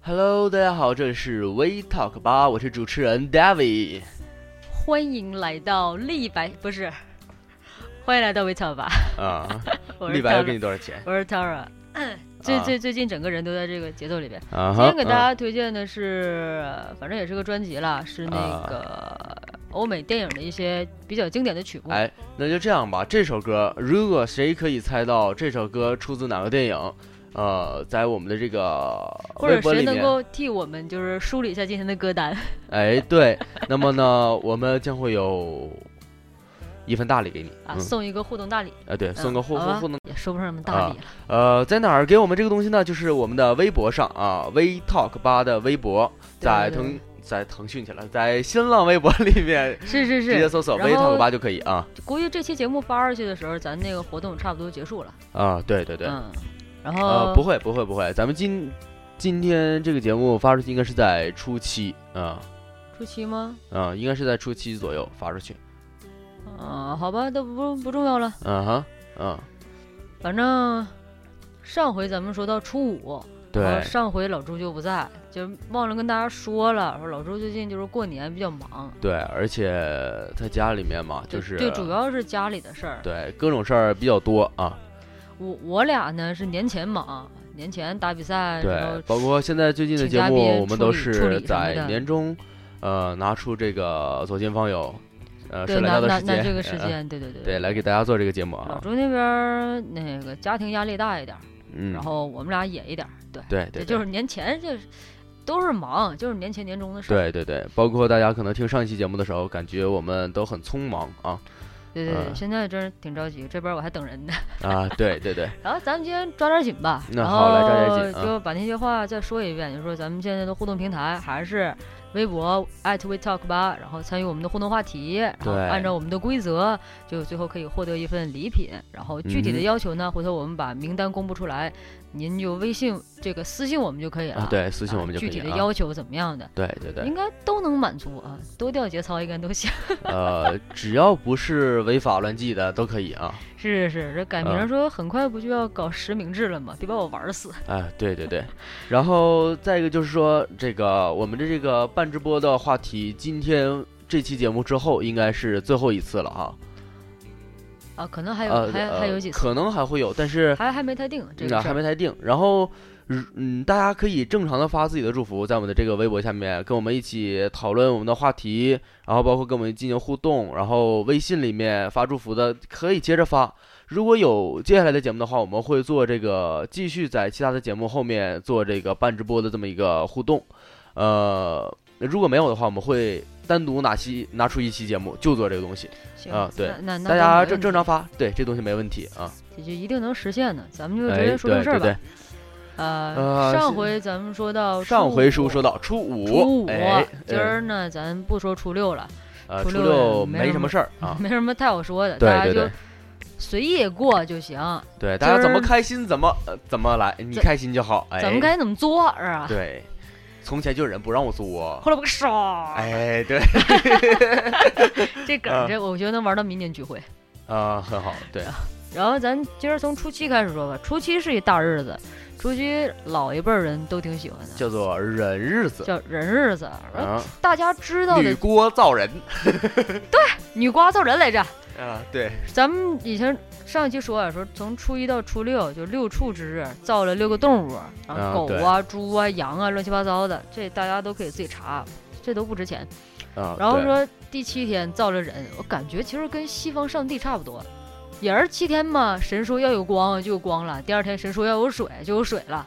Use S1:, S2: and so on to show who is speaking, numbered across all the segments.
S1: Hello，大家好，这里是微 Talk 吧，我是主持人 David。
S2: 欢迎来到立白，不是，欢迎来到微草吧。
S1: 啊，
S2: 我
S1: 立
S2: 是
S1: 白要
S2: Tara，
S1: 给你多少钱？
S2: 我是 Tara。最最最近整个人都在这个节奏里边。
S1: 啊
S2: 今
S1: 哈，
S2: 天给大家推荐的是，呃反正也是个专辑啦，是那
S1: 啊
S2: 个欧美电影的一些比较经典的曲目。
S1: 嗯哎，那就这样吧。这首歌，如果谁可以猜到这首歌出自哪个电影，呃，在我们的这个
S2: 或
S1: 微
S2: 者
S1: 博
S2: 谁
S1: 里
S2: 能
S1: 面，
S2: 够替我们就是梳理一下今天的歌单？
S1: 哎，对，那么呢，我们将会有一份大礼给你
S2: 啊，
S1: 嗯
S2: 送一个互动大礼，嗯
S1: 哎，对，送个互
S2: 好啊
S1: 互
S2: 吧
S1: 互动。
S2: 也说不上什么大礼了。啊
S1: 呃，在哪儿给我们这个东西呢？就是我们的微博上啊，微 Talk 吧的微博，
S2: 对
S1: 在
S2: 对
S1: 腾在腾讯去了，在新浪微博里面
S2: 是是
S1: 直接
S2: 是，
S1: 搜索
S2: 然
S1: 微 Talk
S2: 后
S1: 吧就可以啊
S2: 估计这期节目发出去的时候，咱那个活动差不多结束了。
S1: 啊，对对对，
S2: 嗯，然
S1: 呃
S2: 后，
S1: 不会不会不会，咱们今今天这个节目发出去应该是在初期啊
S2: 初期吗？
S1: 啊，应该是在初期左右发出去，
S2: 啊，好吧，都不不重要了。
S1: 嗯哼，嗯，
S2: 反正上回咱们说到初五，然后
S1: 对，
S2: 上回老朱就不在，就忘了跟大家说了，说老朱最近就是过年比较忙，
S1: 对，而且在家里面嘛，就
S2: 对
S1: 是
S2: 对，主要是家里的事儿。
S1: 对各种事儿比较多啊，
S2: 我我俩呢是年前忙，年前打比赛，然
S1: 对
S2: 后，
S1: 包括现在最近的
S2: 请
S1: 节
S2: 嘉
S1: 目，
S2: 宾
S1: 我们
S2: 处
S1: 都
S2: 理处理
S1: 是
S2: 什么
S1: 在
S2: 的
S1: 年中，呃，拿出这个左近方友，呃，
S2: 对
S1: 是来
S2: 那
S1: 到的
S2: 那
S1: 时
S2: 那
S1: 间，
S2: 这个时
S1: 呃
S2: 间，对对对
S1: 对，来给大家做这个节目
S2: 老
S1: 啊，
S2: 朱那边儿那个家庭压力大一点儿，
S1: 嗯，
S2: 然后我们俩也一点儿，对，
S1: 对
S2: 这
S1: 对，
S2: 就
S1: 对
S2: 是年前就是都是忙，就是年前年终的事儿。
S1: 对对对，包括大家可能听上一期节目的时候，感觉我们都很匆忙啊
S2: 对对对，
S1: 嗯
S2: 现在真是挺着急，这边我还等人呢。
S1: 啊，对对 对，
S2: 然后咱们今天抓点紧吧，
S1: 那
S2: 然
S1: 好
S2: 后
S1: 来抓点紧啊
S2: 就把那些话再说一遍，就说咱们现在的互动平台还是微博 at we talk 吧，然后参与我们的互动话题，然后
S1: 对
S2: 按照我们的规则，就最后可以获得一份礼品。然后具体
S1: 嗯
S2: 的
S1: 哼
S2: 要求呢，回头我们把名单公布出来，您就微信这个私信我们就可以了。
S1: 啊，对，私信
S2: 啊
S1: 我们就可
S2: 具
S1: 以
S2: 体的
S1: 啊，
S2: 要求怎么样的，
S1: 对对对
S2: 应，该都能满足啊，多调节操应该都行。
S1: 呃，只要不是违法乱纪的都可以啊，
S2: 是是是，这改
S1: 嗯
S2: 名说很快不就要搞实名制了吗？别把我玩死。
S1: 啊，对对对，然后再一个就是说，这个我们的这个半直播的话题，今天这期节目之后应该是最后一次了哈，
S2: 啊，可能还有、
S1: 呃
S2: 还还有
S1: 呃
S2: 几次，
S1: 可能还会有，但是
S2: 还还没太定这
S1: 嗯
S2: 个事
S1: 还
S2: 儿。
S1: 没太定。然后，嗯，大家可以正常的发自己的祝福，在我们的这个微博下面跟我们一起讨论我们的话题，然后包括跟我们进行互动，然后微信里面发祝福的可以接着发。如果有接下来的节目的话，我们会做这个继续在其他的节目后面做这个半直播的这么一个互动。呃，如果没有的话，我们会单独拿期拿出一期节目就做这个东西，
S2: 行
S1: 啊对
S2: 那那那
S1: 大
S2: 都
S1: 家
S2: 没
S1: 正
S2: 问
S1: 正
S2: 题
S1: 常发，对这东西没问题啊。
S2: 就就一定能实现的，咱们就直
S1: 哎，
S2: 接说正
S1: 对
S2: 事儿
S1: 对
S2: 吧。
S1: 对。呃
S2: 呃，
S1: 是
S2: 上回咱们说到
S1: 上回
S2: 初
S1: 书
S2: 五
S1: 说到初五，
S2: 初五，啊
S1: 哎，
S2: 今儿呢咱不说初六了，
S1: 呃
S2: 初
S1: 初
S2: 六
S1: 六
S2: 也没
S1: 没
S2: 什
S1: 什么
S2: 么。
S1: 事儿啊
S2: 没什么太好说的，
S1: 对
S2: 大家
S1: 对
S2: 就
S1: 对
S2: 随意过就行，
S1: 对，大家怎么
S2: 今儿
S1: 开心怎么呃怎么来，你
S2: 咱
S1: 开心就好。哎，
S2: 怎么啊该怎么做是吧？
S1: 对，从前就有人不让我 作。
S2: 后来我个爽，
S1: 哎，对，
S2: 这梗
S1: 啊
S2: 儿这我觉得能玩到明年聚会。
S1: 啊，很好，对，
S2: 然后咱今儿从初七开始说吧，初七是一大日子，初七老一辈儿人都挺喜欢的，
S1: 叫做人日子
S2: 叫人日子。然后
S1: 啊，
S2: 大家知道
S1: 女
S2: 的
S1: 锅造人
S2: 女娲造人来着，
S1: 啊，对，
S2: 咱们以前上一期说啊，说从初一到初六就六畜之日造了六个动物，然
S1: 啊
S2: 后狗啊、猪啊、羊啊，乱七八糟的，这大家都可以自己查，这都不值钱。
S1: 啊，
S2: 然后
S1: 对，
S2: 说第七天造了人，我感觉其实跟西方上帝差不多，也是七天嘛。神说要有光就有光了，第二天神说要有水就有水了，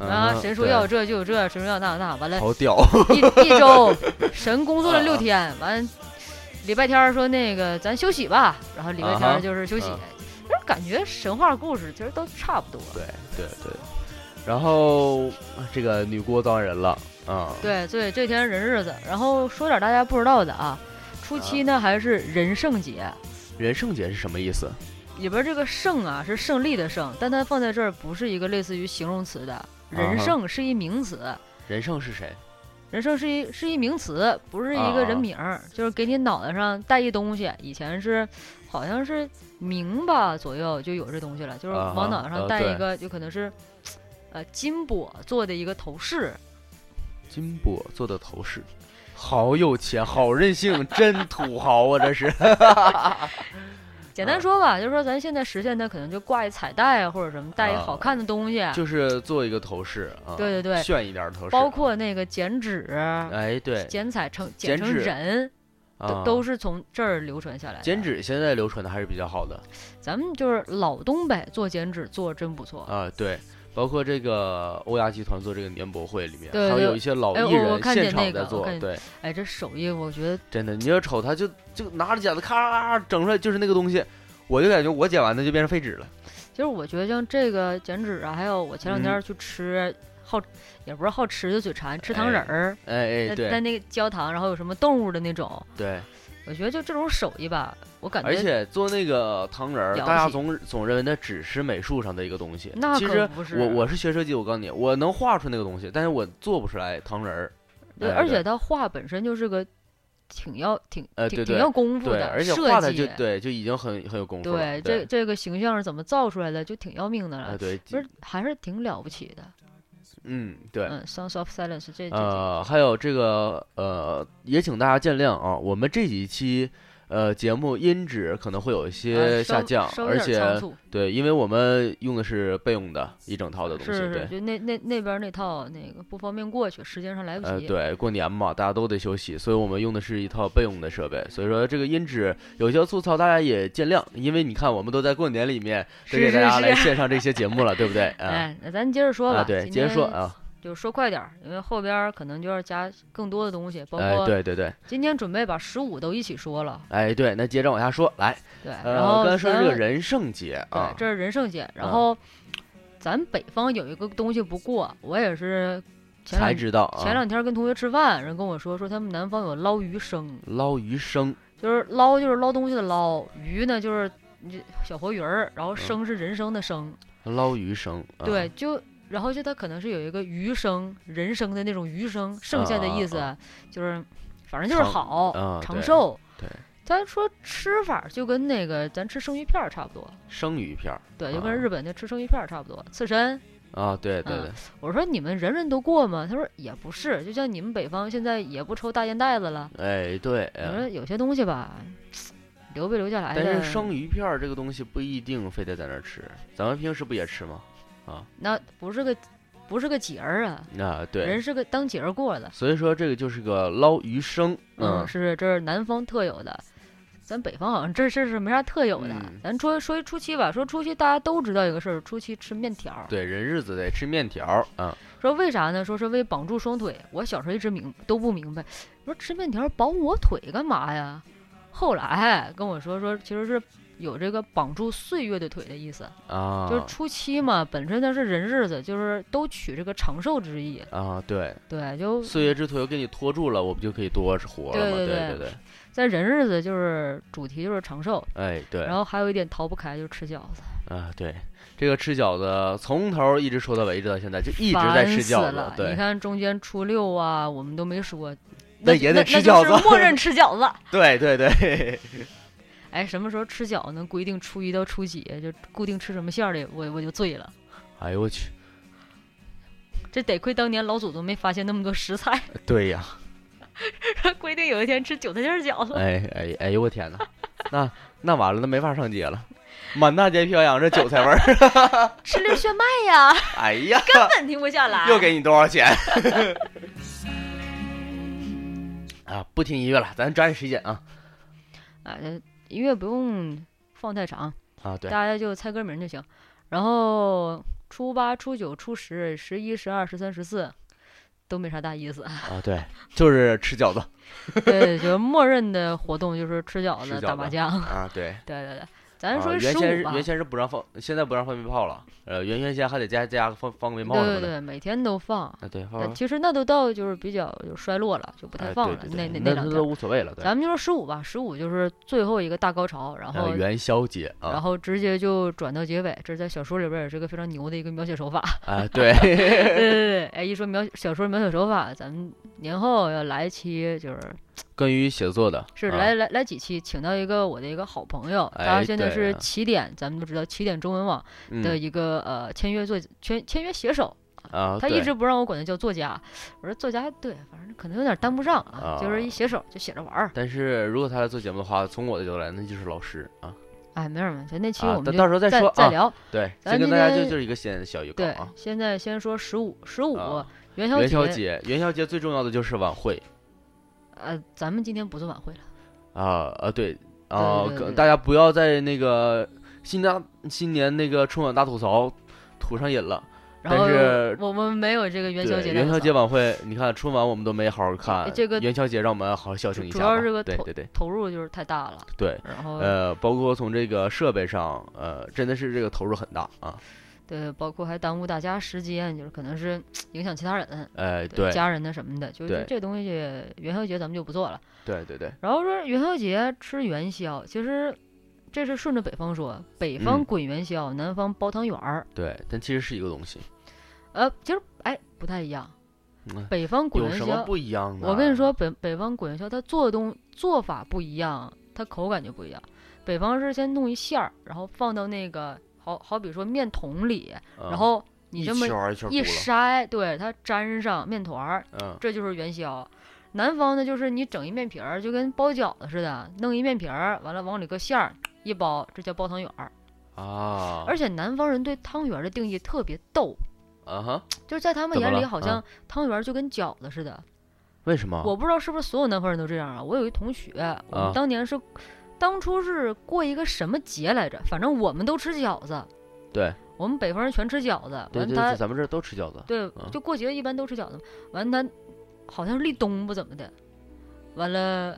S2: 然后
S1: 嗯
S2: 神啊说要有这就有这，神说要有那有那，完了
S1: 对好屌，
S2: 一 一周，神工作了
S1: 啊
S2: 六
S1: 啊
S2: 天，完礼拜天儿说那个咱休息吧，然后礼拜天
S1: 啊哈
S2: 儿就是休息
S1: 嗯。
S2: 就是感觉神话故事其实都差不多。
S1: 对对对，然后啊这个女锅造人了啊，
S2: 对对，这天人日子，然后说点大家不知道的啊。初七呢还是人圣节，
S1: 人圣节是什么意思？
S2: 里边这个圣啊是胜利的胜，但它放在这儿不是一个类似于形容词的，
S1: 啊
S2: 人
S1: 哈
S2: 圣是一名词，
S1: 人圣是谁？
S2: 人圣是一是一名词，不是一
S1: 啊
S2: 个人名儿，就是给你脑袋上带一东西。以前是好像是明吧左右就有这东西了，就是
S1: 啊哈
S2: 往脑袋上
S1: 呃
S2: 带
S1: 对
S2: 一个，就可能是呃金箔做的一个头饰，
S1: 金箔做的头饰，好有钱，好任性，真土豪啊！这 是，
S2: 简
S1: 啊
S2: 单说吧，就是说咱现在实现它，可能就挂一彩带啊，或者什么，带一好看的东西。
S1: 就是做一个头饰啊，
S2: 对对对，
S1: 炫一点儿头饰，
S2: 包括那个剪纸，
S1: 哎对，
S2: 剪彩成
S1: 剪
S2: 剪成
S1: 纸
S2: 人，
S1: 啊
S2: 都都是从这儿流传下来的。
S1: 剪，纸现在流传的还是比较好的
S2: 咱们就是老东北做剪纸做真不错。
S1: 啊，对。包括这个欧亚集团做这个年博会里面，
S2: 对
S1: 还
S2: 对
S1: 有一些老
S2: 哎
S1: 艺
S2: 我我
S1: 人
S2: 看
S1: 现
S2: 见
S1: 场
S2: 那
S1: 在
S2: 个我
S1: 做，
S2: 看见
S1: 对，
S2: 哎，这手艺我觉得
S1: 真的，你要瞅他就就拿着剪子咔整出来，就是那个东西，我就感觉我剪完它就变成废纸了。
S2: 就是我觉得像这个剪纸啊，还有我前两天
S1: 嗯
S2: 去吃、好，也不是好吃就嘴馋，吃糖人儿，
S1: 哎哎，
S2: 在在
S1: 对
S2: 那个焦糖，然后有什么动物的那种，
S1: 对，
S2: 我觉得就这种手艺吧，我感
S1: 而
S2: 觉
S1: 且做那个糖人儿，
S2: 了不
S1: 大家
S2: 起
S1: 总总认为那只是美术上的一个东西。
S2: 那
S1: 其
S2: 可
S1: 实
S2: 不是啊
S1: 我我是学设计，我告诉你，我能画出那个东西，但是我做不出来糖人儿。
S2: 对，
S1: 哎
S2: 而且
S1: 对
S2: 它画本身就是个挺要挺
S1: 呃
S2: 挺
S1: 对
S2: 挺
S1: 对
S2: 要功夫
S1: 对，
S2: 的
S1: 而且
S2: 设
S1: 画的
S2: 计
S1: 就，对就已经很很有功夫了。
S2: 对这这个形象是怎么造出来的，就挺要命的
S1: 啊
S2: 了，
S1: 对，
S2: 不是还是挺了不起的。
S1: 嗯对。
S2: 嗯，Sounds of Silence 这这这
S1: 呃，还有这个呃，也请大家见谅啊，我们这几期呃节目音质可能会有一些
S2: 呃
S1: 下
S2: 稍
S1: 降，
S2: 稍微
S1: 而
S2: 有点仓
S1: 且
S2: 促
S1: 对，因为我们用的是备用的一整套的东西，
S2: 是是，
S1: 对。
S2: 就那那那边那套那个不方便过去，时间上来不
S1: 呃，
S2: 及。
S1: 对，过年嘛，大家都得休息，所以我们用的是一套备用的设备，所以说这个音质有些粗糙，大家也见谅，因为你看我们都在过年里面都
S2: 是
S1: 给大家来
S2: 是是。
S1: 献上这些节目了，对不对？ 啊、
S2: 哎，那咱接着说吧。
S1: 啊，对，接着说，啊，
S2: 就说快点儿，因为后边儿可能就要加更多的东西，包
S1: 哎，
S2: 括
S1: 对对对，
S2: 今天准备把十五都一起说了。
S1: 哎对，那接着往下说，来，
S2: 对，
S1: 呃，
S2: 哎然后
S1: 我刚才说
S2: 咱
S1: 这个人圣节啊
S2: 对，，这是人圣节。然
S1: 嗯
S2: 后咱北方有一个东西不过，我也是前
S1: 才
S2: 两
S1: 知道啊，
S2: 前两天跟同学吃饭，人跟我说说他们南方有捞鱼生，
S1: 捞鱼生，
S2: 就是捞就是捞东西的捞，鱼呢就是你小活鱼儿，然后
S1: 嗯
S2: 生是人生的生，
S1: 捞鱼生，啊、
S2: 对，就。然后就它可能是有一个鱼生、人生的那种鱼生，剩下的意思、
S1: 啊
S2: 就是，反正就是
S1: 长
S2: 好、
S1: 啊
S2: 长
S1: 对
S2: 寿。
S1: 对，
S2: 他说吃法就跟那个咱吃生鱼片儿差不多，
S1: 生鱼片儿
S2: 对，就
S1: 啊
S2: 跟日本那吃生鱼片儿差不多，刺身。
S1: 啊，对对
S2: 嗯
S1: 对，
S2: 我说你们人人都过吗？他说也不是，就像你们北方现在也不抽大烟袋子了。
S1: 哎对，
S2: 我
S1: 嗯
S2: 说有些东西吧，留没留下来
S1: 但
S2: 的。
S1: 是生鱼片儿这个东西不一定非得在那儿吃，咱们平时不也吃吗？
S2: 那不是个不是个节儿啊，
S1: 啊，对，
S2: 人是个当节儿过的。
S1: 所以说这个就是个捞鱼生，
S2: 嗯，是这是南方特有的，咱北方好像这事儿是没啥特有的。
S1: 嗯
S2: 咱说说一初七吧，说初七大家都知道一个事儿，初七吃面条儿。
S1: 对，人日子得吃面条儿啊，
S2: 说为啥呢？说是为绑住双腿。我小时候一直明都不明白，我说吃面条绑我腿干嘛呀？后来跟我说说，其实是有这个绑住岁月的腿的意思，
S1: 啊，
S2: 就是初七嘛，本身它是人日子，就是都取这个长寿之意。
S1: 啊，对，
S2: 对，就
S1: 岁月之腿又给你拖住了，我不就可以多活了吗？
S2: 对对
S1: 对
S2: 对
S1: 对，
S2: 在人日子就是主题就是长寿，
S1: 哎对，
S2: 然后还有一点逃不开就是吃饺子，
S1: 啊对，这个吃饺子从头儿一直说到尾，一直到现在就一直在
S2: 烦
S1: 吃
S2: 死
S1: 饺
S2: 了
S1: 子，。对
S2: 你看中间初六啊，我们都没说，
S1: 那
S2: 就
S1: 也得
S2: 那
S1: 吃
S2: 那就是
S1: 饺子
S2: 默认吃饺子。
S1: 对对对，
S2: 哎，什么时候吃饺呢？规定初一到初几就固定吃什么馅儿的，我我就醉了。
S1: 哎呦我去，
S2: 这得亏当年老祖宗没发现那么多食材，
S1: 对呀。
S2: 规定有一天吃韭菜馅儿 饺子。
S1: 哎哎哎呦我天哪，那那完了，那没法上街了，满大街飘扬着韭菜味儿。
S2: 吃粒炫迈呀，
S1: 哎呀，
S2: 根本停不下来。
S1: 又给你多少钱？ 啊，不听音乐了，咱抓紧时间啊
S2: 啊，这音乐不用放太长，
S1: 啊！对
S2: 大，家就猜歌名就行。然后初八、初九、初十、十一、十二、十三、十四。都没啥大意思，
S1: 啊对，就是吃饺子
S2: 对，就是默认的活动就是吃饺
S1: 吃
S2: 子、
S1: 饺
S2: 打麻
S1: 子
S2: 将，
S1: 啊，对。
S2: 对对对。咱
S1: 啊，
S2: 说
S1: 原
S2: 十
S1: 先
S2: 五
S1: 是
S2: 吧，
S1: 原先是不让放，现在不让放鞭炮了。呃，原原先还得加加放放个鞭炮什
S2: 对对
S1: 么的。
S2: 对，每天都放，
S1: 啊对，放
S2: 呃
S1: 放
S2: 其实那都到就是比较就衰落了，就不太
S1: 哎
S2: 放
S1: 对
S2: 了。
S1: 对对
S2: 那
S1: 那
S2: 两
S1: 那
S2: 天
S1: 都
S2: 儿，
S1: 无所谓了。对，
S2: 咱们就说十五吧，十五就是最后一个大高潮，然后、
S1: 呃元宵节
S2: 然
S1: 啊
S2: 后直接就转到结尾，这在小说里边儿也是个非常牛的一个描写 手法。
S1: 啊对，
S2: 对对对，哎，一说描小说描写手法，咱们年后要来一期，就是
S1: 关于写作的
S2: 是
S1: 啊
S2: 来、来来几期，请到一个我的一个好朋友，
S1: 哎
S2: 他现在
S1: 对
S2: 是
S1: 啊
S2: 起点，咱们都知道起点中文网
S1: 嗯
S2: 的一个、呃签约作签签约写手，
S1: 啊，
S2: 他一
S1: 对
S2: 直不让我管他叫作家，我说作家对，反正可能有点担不上啊，就是一
S1: 啊
S2: 写手就写着玩儿。
S1: 但是如果他来做节目的话，从我的角度来，那就是老师啊。
S2: 哎，没什么，就那期
S1: 啊
S2: 我们
S1: 到
S2: 就
S1: 到时候再
S2: 再
S1: 说
S2: 再
S1: 啊
S2: 聊。
S1: 对，
S2: 咱
S1: 先跟
S2: 今
S1: 大家就
S2: 天
S1: 就是一个先小预告
S2: 对
S1: 啊，。
S2: 现在先说十五十五
S1: 啊
S2: 元
S1: 元宵
S2: 宵，
S1: 节，元宵节最重要的就是晚会
S2: 呃，咱们今天不做晚会了，
S1: 啊啊对啊
S2: 对对，
S1: 可
S2: 对
S1: 大家不要在那个新大新年那个春晚大吐槽吐上瘾了。
S2: 然
S1: 但
S2: 后
S1: 是
S2: 我们没有这个元宵
S1: 对，
S2: 节那个
S1: 元
S2: 早，
S1: 宵节晚会，你看春晚我们都没好好看，
S2: 这个
S1: 元宵节让我们好好孝敬一
S2: 主
S1: 下吧。
S2: 要是个
S1: 对
S2: 头哦
S1: 对对
S2: 投入就是太大了，
S1: 对，
S2: 然后
S1: 呃，包括从这个设备上，呃，真的是这个投入很大啊。
S2: 对，包括还耽误大家时间，就是可能是影响其他人。
S1: 哎，
S2: 对
S1: 对
S2: 家人的什么的，就是
S1: 对
S2: 这东西，元宵节咱们就不做了。
S1: 对对对，
S2: 然后说元宵节吃元宵，其实这是顺着北方说，北方
S1: 嗯
S2: 滚元宵，南方包汤圆儿。
S1: 对，但其实是一个东西。
S2: 呃，其实哎不太一样，
S1: 嗯，
S2: 北方滚
S1: 有
S2: 元
S1: 什么
S2: 宵，
S1: 不一样的？
S2: 我跟你说，北北方滚元宵它做东做法不一样，它口感就不一样。北方是先弄一馅儿，然后放到那个好好比说面桶里，
S1: 嗯，
S2: 然后你
S1: 一
S2: 这么
S1: 圈儿一圈儿
S2: 一
S1: 鼓了
S2: 筛，对它粘上面团儿，
S1: 嗯
S2: 这就是元宵。南方呢，就是你整一面皮儿，就跟包饺子似的，弄一面皮儿，完了往里搁馅儿，一包，这叫包汤圆儿。
S1: 啊，
S2: 而且南方人对汤圆儿的定义特别逗，
S1: 啊哈，
S2: 就是在他们
S1: 怎么
S2: 眼里
S1: 了嗯哦
S2: 好像汤圆儿就跟饺子似的。
S1: 为什么？
S2: 我不知道是不是所有南方人都这样啊。我有一同学，我
S1: 啊
S2: 们当年是，当初是过一个什么节来着？反正我们都吃饺子，
S1: 对
S2: 我们北方人全吃饺子。
S1: 对
S2: 完
S1: 对，
S2: 他
S1: 对咱们这儿都吃饺子。
S2: 对，
S1: 嗯
S2: 就过节一般都吃饺子。完他好像是立冬不怎么的，完了，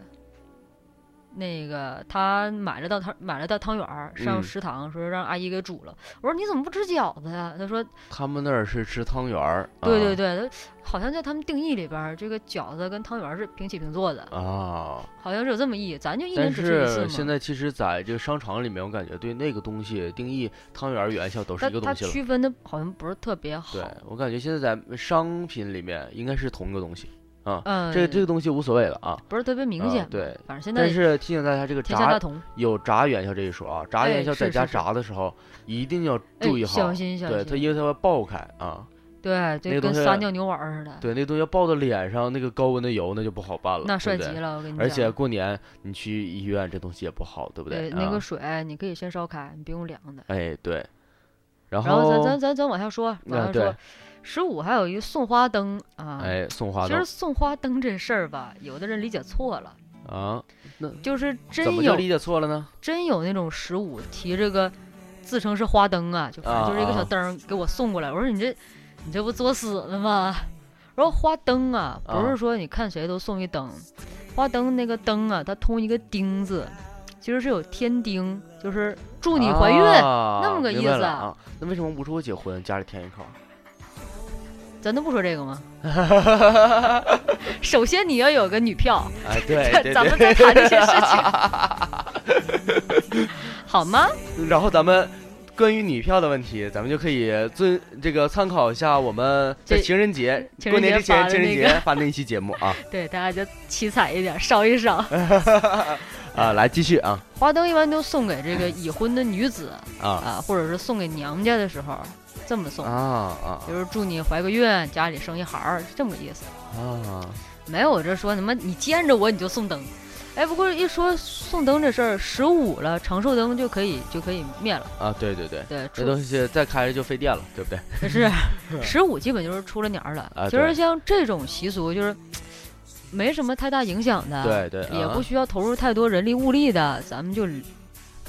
S2: 那个他买了道汤买了道汤圆儿，上
S1: 嗯
S2: 食堂说让阿姨给煮了。我说你怎么不吃饺子呀？他说
S1: 他们那儿是吃汤圆儿。
S2: 对
S1: 啊
S2: 对对，他好像在他们定义里边儿，这个饺子跟汤圆儿是平起平坐的，
S1: 啊，
S2: 好像是有这么意义。咱就一年
S1: 但
S2: 只吃一次
S1: 是
S2: 嘛。
S1: 现在其实在这个商场里面，我感觉对那个东西定义，汤圆儿、元宵都是
S2: 它
S1: 一个东
S2: 它
S1: 西了。
S2: 区分的好像不是特别好
S1: 对。我感觉现在在商品里面应该是同一个东西，
S2: 嗯，
S1: 这个这个东西无所谓了啊。
S2: 不是特别明
S1: 啊
S2: 显吧、
S1: 对
S2: 反正现在
S1: 但是提醒大家，这个
S2: 天下大
S1: 炸
S2: 同，
S1: 有炸元宵这一说啊，炸
S2: 哎
S1: 元宵在
S2: 是
S1: 家
S2: 是是
S1: 炸的时候一定要注意
S2: 哎，
S1: 好，
S2: 小心小心。
S1: 对它因为它会爆开啊，
S2: 对，
S1: 那
S2: 就
S1: 个
S2: 跟
S1: 东西
S2: 撒尿牛丸儿似的，
S1: 对那东西爆到脸上，那个高温的油那就不好办了，
S2: 那帅
S1: 对不
S2: 极
S1: 对。
S2: 了，我跟你讲。
S1: 而且过年你去医院，这东西也不好，对不对？
S2: 对那
S1: 啊
S2: 个水你可以先烧开，你不用凉的。
S1: 哎，对。然
S2: 然后咱
S1: 后，
S2: 咱咱咱往下说，往
S1: 啊
S2: 下
S1: 对
S2: 说，十五还有一送花灯啊。
S1: 哎，送花
S2: 其
S1: 灯
S2: 实送花灯这事儿吧，有的人理解错了，
S1: 啊，
S2: 就是
S1: 怎
S2: 真
S1: 么就
S2: 有
S1: 理解错了呢？
S2: 真有那种十五提这个自称是花灯啊，就反正就是一个小灯儿给我送过来。我说你这你这不作死呢吗？然后花灯啊，不是
S1: 啊
S2: 说你看谁都送一灯，花灯那个灯啊，它通一个钉子，其实是有天钉，就是祝你怀孕。
S1: 啊、
S2: 那么个
S1: 明
S2: 意
S1: 白
S2: 思
S1: 了
S2: 啊
S1: 啊。那为什么不是我结婚，家里添一口？
S2: 咱能不说这个吗？ 首先你要有个女票，
S1: 哎，对
S2: 咱
S1: 对
S2: 咱
S1: 对。
S2: 们再谈这些事情， 好吗？
S1: 然后咱们关于女票的问题，咱们就可以遵这个参考一下我们在
S2: 对
S1: 情人节、
S2: 情
S1: 过
S2: 人节
S1: 年之
S2: 发
S1: 前
S2: 的
S1: 情人
S2: 那
S1: 节
S2: 个
S1: 发的那一期节目啊
S2: 对，大家就七彩一点，烧一烧。
S1: 啊，来继续啊
S2: 花灯一般都送给这个已婚的女子
S1: 啊
S2: 啊，或者是送给娘家的时候这么
S1: 啊
S2: 送，
S1: 啊
S2: 就是祝你怀个孕，家里生一孩儿，是这么个意思。
S1: 啊！
S2: 没有我这说什么你见着我你就送灯，哎，不过一说送灯这事儿，十五了长寿灯就可以就可以灭了，
S1: 啊，对对对，
S2: 对，
S1: 这
S2: 出
S1: 东西再开着就费电了，对不对？
S2: 可是十五基本就是出了年儿了。
S1: 啊
S2: 其实
S1: 对
S2: 像这种习俗就是没什么太大影响的，
S1: 对对，
S2: 也
S1: 啊
S2: 不需要投入太多人力物力的，咱们就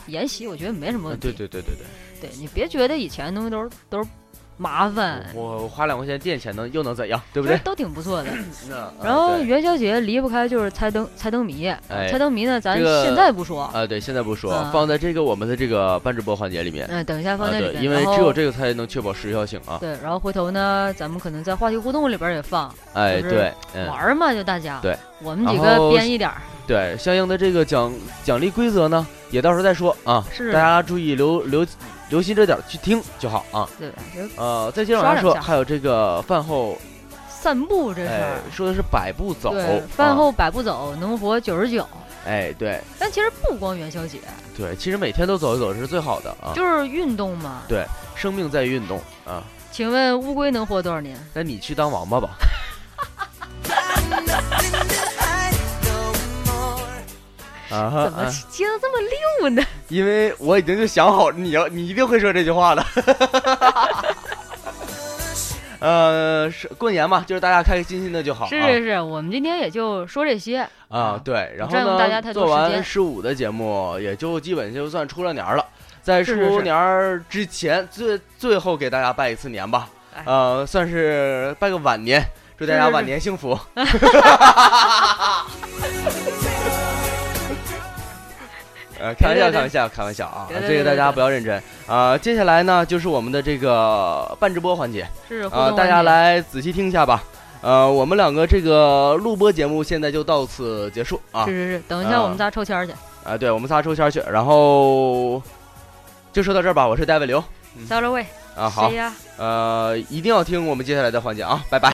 S2: 沿袭，我觉得没什么
S1: 啊
S2: 问题。
S1: 对对对对对，
S2: 对你别觉得以前的东西都是都是麻烦，
S1: 我我花两块钱电钱能又能怎样，对
S2: 就
S1: 不
S2: 是
S1: 对？
S2: 都挺不错的。
S1: 那啊
S2: 然后
S1: 对
S2: 元宵节离不开就是猜灯猜灯谜，啊
S1: 哎
S2: 猜灯谜呢，咱
S1: 这个
S2: 现在不说，
S1: 啊，对，现在不说
S2: 啊，
S1: 放在这个我们的这个半直播环节里面。
S2: 嗯、等一下放
S1: 啊，
S2: 在里
S1: 对，
S2: 边，
S1: 因为
S2: 然后
S1: 只有这个才能确保时效性啊。
S2: 对，然后回头呢，咱们可能在话题互动里边也放、
S1: 哎，
S2: 就是
S1: 对，嗯
S2: 玩，儿嘛，就大家
S1: 对，
S2: 我们几
S1: 然
S2: 个
S1: 后
S2: 编一点儿，
S1: 对，相应的这个奖奖励规则呢，也到时候再说啊。
S2: 是
S1: 大家注意留留留心这点儿去听就好啊。
S2: 对，
S1: 呃，再接着往下
S2: 刷两
S1: 说，
S2: 下
S1: 还有这个饭后，
S2: 散步这事
S1: 哎
S2: 儿，，
S1: 说的是百步走
S2: 对，，饭
S1: 啊，
S2: 后百步走，能活九十九。
S1: 哎，对
S2: 但其实不光元宵节，
S1: 对，其实每天都走一走是最好的啊。
S2: 就是运动嘛，
S1: 生命在于运动啊，
S2: 请问乌龟能活多少年？
S1: 那你去当王八 吧。啊哈
S2: 怎么
S1: 啊！
S2: 接的这么溜呢？
S1: 因为我已经就想好你要，你一定会说这句话了。 呃，是过年嘛，就是大家开开心心的就好、啊。
S2: 是是是，我们今天也就说这些。
S1: 啊
S2: 啊，
S1: 对，然后
S2: 占用
S1: 呢，
S2: 大家太多
S1: 做
S2: 时
S1: 完
S2: 间
S1: 十五的节目，也就基本就算出了年儿了。在
S2: 是是
S1: 出
S2: 是
S1: 年儿之前，最最后给大家拜一次年吧
S2: 哎，
S1: 呃，算是拜个晚年，祝大
S2: 是
S1: 家
S2: 是
S1: 晚
S2: 是
S1: 年幸 福。呃，开玩笑，
S2: 对对对
S1: 开玩笑，开玩笑啊！
S2: 对对
S1: 这
S2: 对
S1: 个大家
S2: 对对
S1: 不要认真啊、接下来呢，就是我们的这个半直播环节，
S2: 是互动
S1: 啊、
S2: 环
S1: 大家
S2: 节，
S1: 来仔细听一下吧。呃，我们两个这个录播节目现在就到此结束啊
S2: 是是是，等一下我
S1: 啊
S2: 们仨抽签儿去。
S1: 啊！对，我们仨抽签去，然后就说到这儿吧。我是戴维刘
S2: s o r r y
S1: 啊，好
S2: 谁，呀？
S1: 呃，一定要听我们接下来的环节啊，拜拜。